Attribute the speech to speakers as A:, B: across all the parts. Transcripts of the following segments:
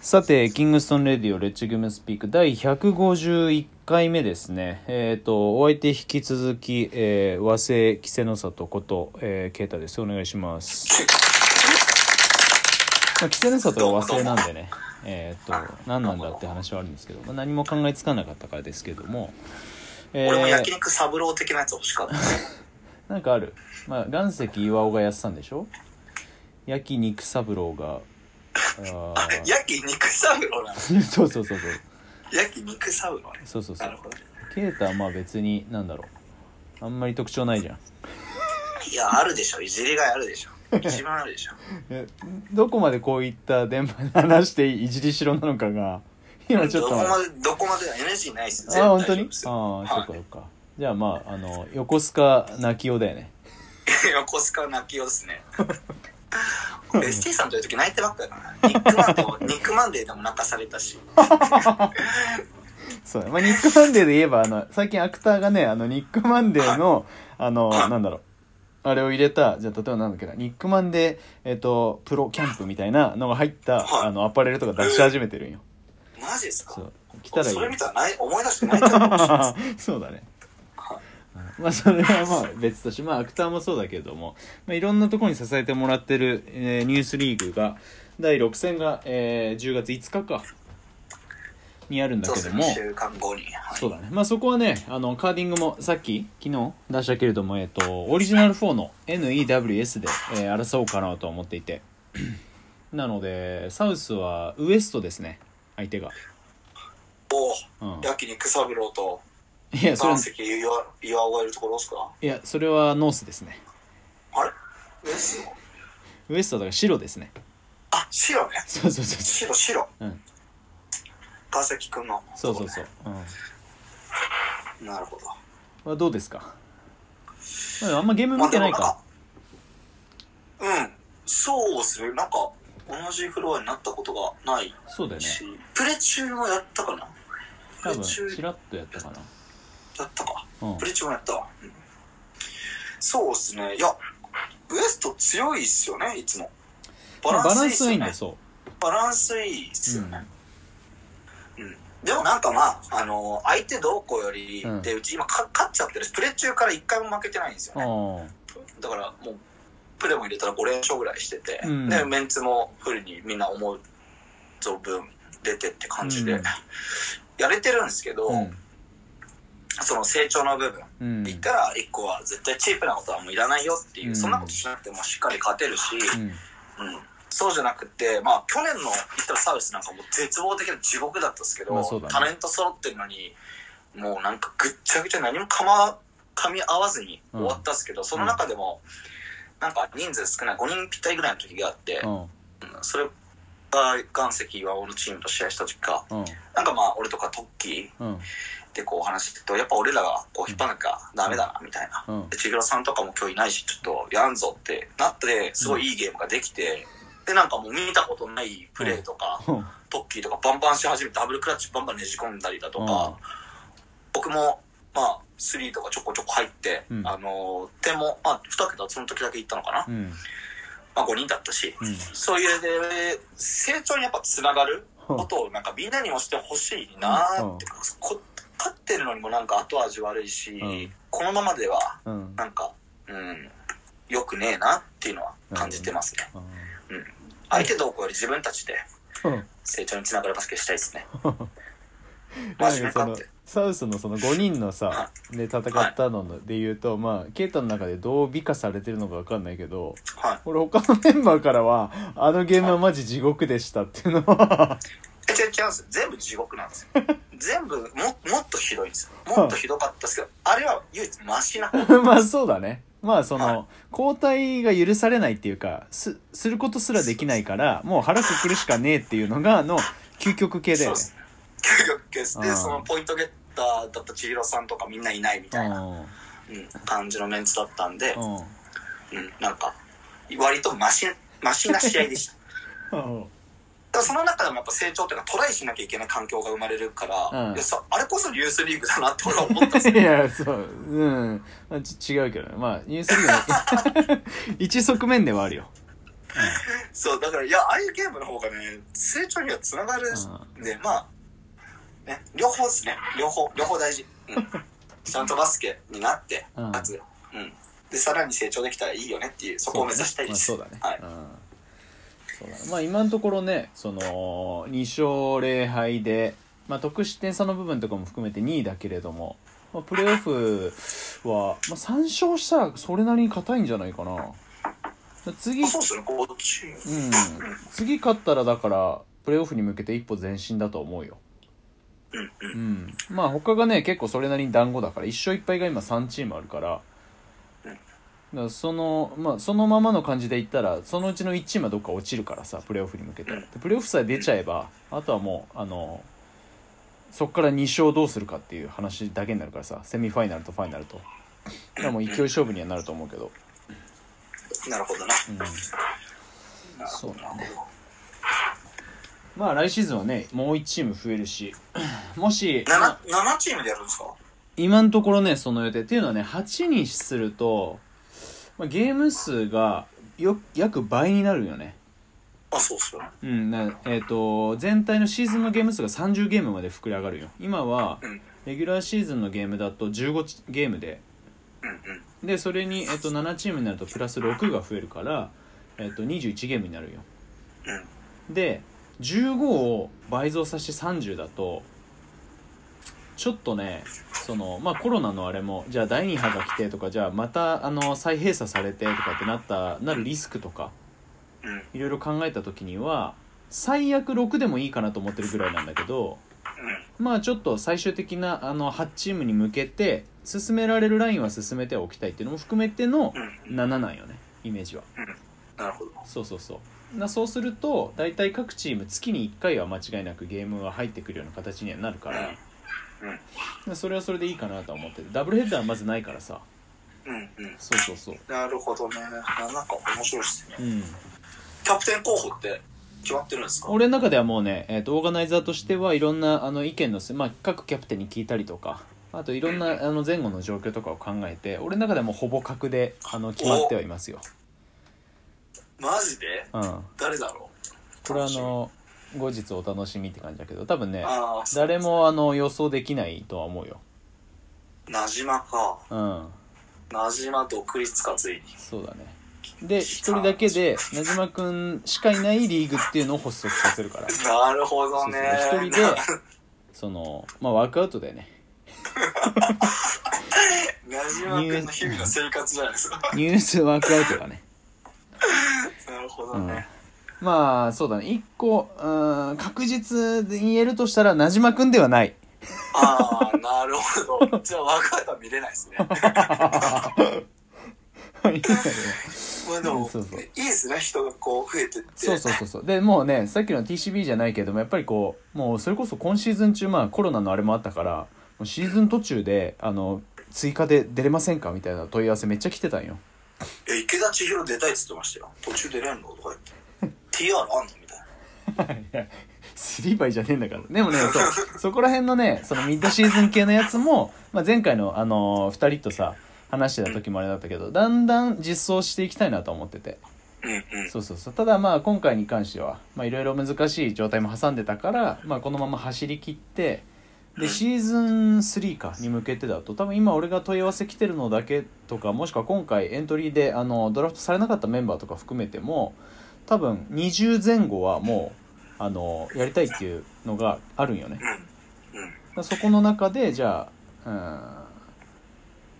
A: さて、キングストンレディオ、レッチグムスピーク、第151回目ですね。えっ、と、お相手引き続き、えー、和製稀勢の里こと、えー、啓太です。お願いします。まあ、稀勢の里は和製なんでね、えっ、と、何なんだって話はあるんですけど、まあ、何も考えつかなかったからですけども、え
B: 俺も
A: ー
B: 焼、肉サブロー的なやつ欲しかった。
A: なんかある。まあ、岩石岩尾がやってたんでしょ焼肉三郎が、 あー
B: 焼肉サブローなの
A: そうそうそうそう。
B: 焼肉サブローね。
A: そうそうそ
B: な
A: う
B: る。ほどね。
A: ケイタはまあ別になんだろうあんまり特徴ないじゃん
B: いや、あるでしょ。いじりがいあるでしょ。一番あるでしょ。
A: えどこまでこういった電波で話していじりしろなのか が 今ちょっと
B: どこま
A: あ
B: で、どこまで NG ないっす。全部
A: 本当
B: 大丈夫
A: に
B: っす
A: あ
B: よ
A: あそっかそっかじゃあまああの横須賀泣きよだよね
B: 横須賀泣きようっすね。俺スティさんという時泣いてばっかだからな。ニックマンデーも、ニックマンデーでも泣かされたし。
A: そうだまあニックマンデーで言えばあの最近アクターがねあのニックマンデーのあの
B: はい
A: なんだろうあれを入れたじゃあ例えばなんだっけなニックマンデー、えっとプロキャンプみたいなのが入った
B: はい
A: あのアパレルとか出し始めてるんよ
B: マジです
A: そ
B: か
A: う来たらいい
B: そ
A: よ
B: れ見たらない思い出して泣いた かもしれないです。
A: そうだね。まあそれはまあ別として、まあアクターもそうだけれども、まあいろんなところに支えてもらってる、えーニュースリーグが、第6戦が、えー10月5日か、にあるんだ
B: そう
A: け
B: です
A: ど
B: ね。
A: も、
B: 2週間後に。
A: そうだね。まあそこはね、あの、カーディングもさっき、昨日出したけれども、えっ、と、オリジナル4の NEWS で、えー争おうかなとは思っていて。 なので、サウスはウエストですね、相手が。
B: おう
A: うん。
B: 焼肉サブローと、
A: いや、それ
B: 岩、石岩岩尾がいるところですか
A: いや、それはノースですね。
B: あれウエスト
A: ウエストだから白ですね。
B: あ、白ね。
A: そうそうそうそ
B: 白、白。
A: う。うん。
B: 川崎くんの。
A: そうそうそう。うん。
B: なるほど。
A: まあ、どうですか、まあ、あんまゲーム
B: まあ
A: 見てないか。。
B: でもなんかうん。そうっすね。なんか、同じフロアになったことがない
A: そうだよね。
B: し、プレ中もやったかなプ
A: 多
B: レ
A: 分、
B: 中
A: チラッとやったかな。
B: やったか。
A: うん
B: プ。レ中もやったわ。うんそうっすね。いや、ウエスト強いっすよね、いつも。バ
A: まあバラ
B: ラ
A: ン
B: ンス
A: ス
B: い
A: い
B: い
A: い
B: っ
A: ん
B: すよ
A: だ、
B: ね。
A: そ
B: バランスいいっす
A: う。う
B: よ
A: ん
B: ね。。うんでもなんかまあ、あの相手どうこうより、
A: うん
B: でうち今か勝っちゃってるしプレー中から1回も負けてないんですよね
A: あ
B: だからもうプレーも入れたら5連勝ぐらいしてて、
A: うん
B: でメンツもフルにみんな思う存分出てって感じで、
A: うん
B: やれてるんですけど、
A: あ。うん。
B: その成長の部分
A: うん。
B: で言ったら1個は絶対チープなことはもういらないよっていう、
A: うん
B: そんなことしなくてもしっかり勝てるし、
A: うん
B: うんそうじゃなくて、まあ、去年の言ったらサウスなんかもう絶望的な地獄だったんですけど、
A: まあそうだね
B: タレント揃ってるのにもうなんかぐっちゃぐちゃ何もかま噛み合わずに終わったんですけど、その中でも、なんか人数少ない5人ぴったりぐらいの時があって、
A: うん。
B: うんそれが岩石岩尾のチームと試合した時か
A: うん。
B: なんかまあ俺とかトッキー
A: うん。
B: でこう話してるとやっぱ俺らがこう引っ張らなきゃダメだなみたいな。
A: うん。
B: で千尋さんとかも今日いないしちょっとやんぞってなってすごいいいゲームができて、でなんかもう見たことないプレーとか、
A: うん
B: トッキーとかバンバンし始めてダブルクラッチバンバンねじ込んだりだとか、僕もまあ3とかちょこちょこ入って、
A: うん
B: あのー点も、まあ、2桁その時だけいったのかな、
A: うん。
B: まあ、5人だったし、
A: うん。
B: そういうで成長にやっぱつながることをなんかみんなにもしてほしいなーって、こ勝ってるのにもなんか後味悪いし、
A: うん
B: このままでは
A: うん。
B: なんか、うん、よくねえなっていうのは感じてますね。
A: うん
B: 相手どうこうより自分たちで成長につながるバスケしたいです ね。マジ
A: な
B: で
A: んかそ
B: か
A: の
B: って。
A: サウスのその5人のさで戦ったので言うとまあケイタの中でどう美化されてるのか分かんないけど
B: はい。
A: 俺他のメンバーからはあのゲームはマジ地獄でしたっていうのは
B: え、違う違うんですよ。全部地獄なんです よ。全部も、もっとひどいんですよ。もっとひどかったですけど、あれは唯一マシな方。
A: まあそうだねまあその、
B: は
A: 交代が許されないっていうかすすることすらできないからもう腹くくるしかねえっていうのがあの究極系だ
B: そう
A: よ
B: で
A: ね
B: すね。究極です。
A: う
B: で、
A: ん
B: そのポイントゲッターだった千尋さんとかみんないないみたいな、うん、感じのメンツだったんで
A: う、んうん
B: うん、なんか、割とマシ、 マシな試合でした。
A: うん
B: だからその中でもやっぱ成長っていうかトライしなきゃいけない環境が生まれるから、
A: うん
B: いやさあれこそユースリーグだなって俺は思ったん ですよ
A: いやそう うん、まあ、ち違うけどねまあニュースリーグの一側面ではあるよ
B: そう、だから、いや、ああいうゲームの方がね、成長にはつながるんで、まあ、ね、両方ですね。両方、両方大事。 うん。ちゃんとバスケになって、
A: うん
B: かつ、うん。で、さらに成長できたらいいよねっていう、そこを目指したいです。
A: そうだね。ま
B: は
A: あ
B: い。
A: そうだねうんそうだねまあ今のところね、その2勝0敗で、まあ得失点差の部分とかも含めて2位だけれども、まあ、プレーオフは、まあ、3勝したらそれなりに硬いんじゃないかな。次、う
B: そうですね、こっち。
A: ん、次勝ったらだから、プレーオフに向けて一歩前進だと思うよ。
B: うん、う。
A: うんん、まあ他がね結構それなりに団子だから1勝1敗が今3チームあるから
B: うん
A: だからその,、まあ、そのままの感じでいったらそのうちの1チームはどっか落ちるからさプレーオフに向けて
B: うん
A: でプレーオフさえ出ちゃえばあとはもうあのそこから2勝どうするかっていう話だけになるからさセミファイナルとファイナルとだからもう勢い勝負にはなると思うけど、
B: なるほどな。
A: うん、
B: なるほ
A: そう
B: ど
A: だねまあ来シーズンはねもう1チーム増えるしもし
B: 7、7チームでやるんですか
A: 今のところねその予定っていうのはね8にすると、まあ、ゲーム数がよ約倍になるよね
B: あ、そうっすよね。
A: うんなえっ、と全体のシーズンのゲーム数が30ゲームまで膨れ上がるよ今は
B: うん、
A: レギュラーシーズンのゲームだと15チゲームで
B: うん、うん。
A: でそれに、えっと7チームになるとプラス6が増えるから、えっと21ゲームになるよ
B: うん。
A: で15を倍増させて30だとちょっとねそのまあコロナのあれもじゃあ第2波が来てとかじゃあまたあの再閉鎖されてとかってなったなるリスクとか
B: うん、
A: いろいろ考えた時には最悪6でもいいかなと思ってるぐらいなんだけどまあちょっと最終的なあの8チームに向けて進められるラインは進めてはおきたいっていうのも含めての
B: うん、うん。
A: 7なんよねイメージは。
B: なるほど。
A: そうそうそうなそうすると大体各チーム月に1回は間違いなくゲームは入ってくるような形にはなるから、
B: うん
A: なそれはそれでいいかなとは思っててダブルヘッダーはまずないからさ
B: うん、うん。
A: そうそうそう
B: なるほどね。あなんか面白いですね。
A: うん
B: キャプテン候補って決まってるんですか
A: 俺の中ではもうね、えー、とオーガナイザーとしてはいろんなあの意見のす、まあ、各キャプテンに聞いたりとかあといろんなあの前後の状況とかを考えて俺の中ではもうほぼ確であの決まってはいますよ、
B: マジで
A: うん、
B: 誰だろう
A: これはあ、の後日お楽しみって感じだけど多分ね
B: あー
A: 誰もあの予想できないとは思うよ
B: なじまか。
A: うん
B: なじま独立か、ついに。
A: そうだねで一人だけでなじまくんしかいないリーグっていうのを発足させるからそう
B: なるほ
A: そ
B: ど
A: う
B: ね。
A: 一人でそのまあワークアウトだよね
B: なじまくんの日々の生活じゃないですか。
A: ニュースワークアウトだね
B: なるほ
A: う
B: ど
A: ん
B: ね。
A: まあそうだね一個うーん確実で言えるとしたらなじまくんではない
B: ああ、なるほど。じゃあ、若いは見れないですね。まあでも、
A: そうそう
B: いいですね、人がこう増えてって。
A: そうそうそうそうでもうねさっきの TCB じゃないけどもやっぱりこうもうそれこそ今シーズン中まあコロナのあれもあったからもうシーズン途中であの追加で出れませんかみたいな問い合わせめっちゃ来てたんよ
B: え、池田千尋出たいっつってましたよ。途中出れんのとか 言って。TR あんのみたいな。
A: いやスリーバイじゃねえんだからでもねそうそこら辺のねそのミッドシーズン系のやつも、まあ、前回の、あのー、2人とさ話してた時もあれだったけどだんだん実装していきたいなと思ってて
B: うんうん。
A: そうそうそうただまあ今回に関してはまあいろいろ難しい状態も挟んでたから、まあ、このまま走り切ってでシーズン3かに向けてだと多分今俺が問い合わせ来てるのだけとかもしくは今回エントリーであのドラフトされなかったメンバーとか含めても多分20前後はもうあのやりたいっていうのがあるんよねだか
B: うんうん。
A: らそこの中でじゃあうん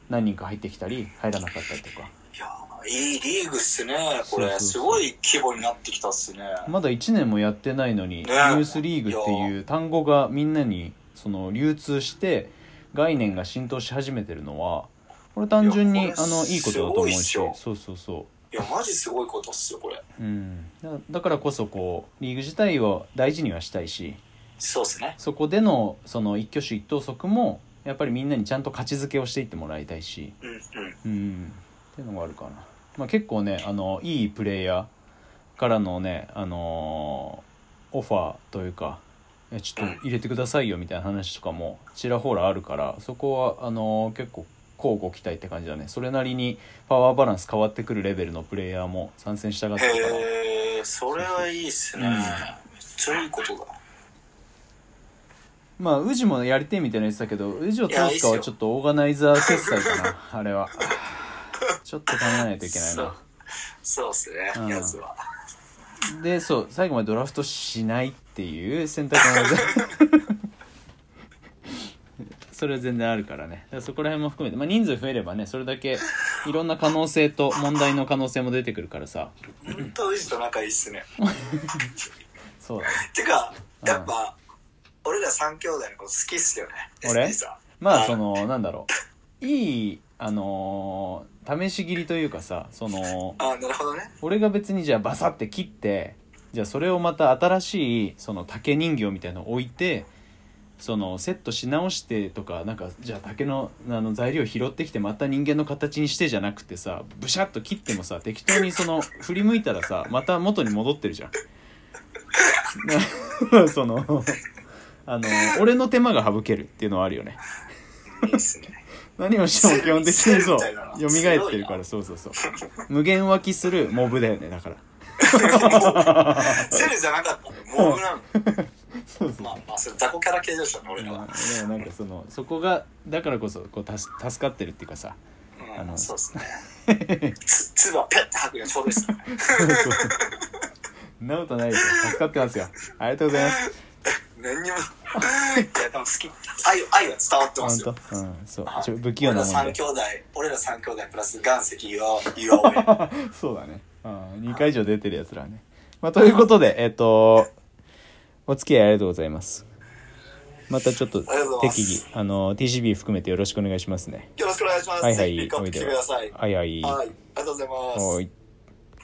A: 何人か入ってきたり入らなかったりとか
B: いやーいいリーグっすね、こ
A: そうそうそ
B: れ。
A: う
B: すごい規模になってきたっすね。
A: まだ1年もやってないのに、
B: ね
A: ニュースリーグっていう単語がみんなにその流通して概念が浸透し始めてるのはこれ単純
B: い
A: に
B: やこれ
A: あのいいことだと思うし
B: すごいっしょ
A: そうそうそ
B: いや、マジすごいことっすよ、これ。
A: う、うん、だだからこそこうリーグ自体を大事にはしたいし
B: そうっすね。
A: そこでのその一挙手一投足もやっぱりみんなにちゃんと価値づけをしていってもらいたいし、
B: うんうん。
A: うんっていうのがあるかな、まあ、結構ねあのいいプレイヤーからのね、あのーオファーというか「いやちょっと入れてくださいよ」みたいな話とかもちらほらあるからそこはあのー結構交互期待って感じだねそれなりにパワーバランス変わってくるレベルのプレイヤーも参戦したがってるから
B: へそれはいいっすね、
A: うん
B: めっちゃいいことだ
A: まあ宇治もやりてえみたいなやつだけど宇治を通すかはちょっとオーガナイザー決済かなあれはちょっと考えないといけない
B: そう
A: な
B: そうっすね、
A: うん
B: やつは
A: でそう最後までドラフトしないっていう選択も それは全然あるからねだからそこら辺も含めて、まあ、人数増えればねそれだけいろんな可能性と問題の可能性も出てくるからさ
B: 本当宇治と仲いいっすね
A: そうだね
B: てかやっぱ、俺ら三兄弟のこと好きっすよね
A: 俺
B: SD さん
A: まあ
B: はい
A: そのなんだろういいあのー試し切りというかさその
B: あなるほどね
A: 俺が別にじゃあバサって切ってじゃあそれをまた新しいその竹人形みたいのを置いてそのセットし直してとかなんかじゃあ竹のあの材料拾ってきてまた人間の形にしてじゃなくてさブシャッと切ってもさ適当にその振り向いたらさまた元に戻ってるじゃん。な そのあの俺の手間が省けるっていうのはあるよね。
B: いいっすね
A: 何をしても基本的にそう
B: セルみたいな
A: 蘇ってるからそうそうそう無限湧きするモブだよねだから
B: セルじゃなかったモブなの
A: そうそう
B: まあまあそれ雑魚キャラ系でしたね
A: うん
B: 俺
A: で
B: らは、
A: もなんかそのそこがだからこそこうたす助かってるっていうかさ
B: うん
A: あの
B: そうっ すねつつばペッて吐くのちょうどいいっすね
A: そうそうそんなことないですよ助かってますよありがとうございます
B: 何にもいやでも好き愛愛は伝わってますよ
A: 本当うんそう
B: はい
A: ちょ不器用なもん
B: 俺ら三
A: で
B: 兄弟俺ら三兄弟プラス岩石岩岩尾
A: そうだね、うん、2回以上出てるやつらはね、まあ、ということでえっ、とお付き合いありがとうございますまたちょっと
B: がとうございます
A: 適宜あの TCB 含めてよろしくお願いしますね
B: よろしくお願いします
A: はいは
B: ピッ
A: い
B: クアップ来てください
A: はいはい
B: はいありがとうございます
A: はい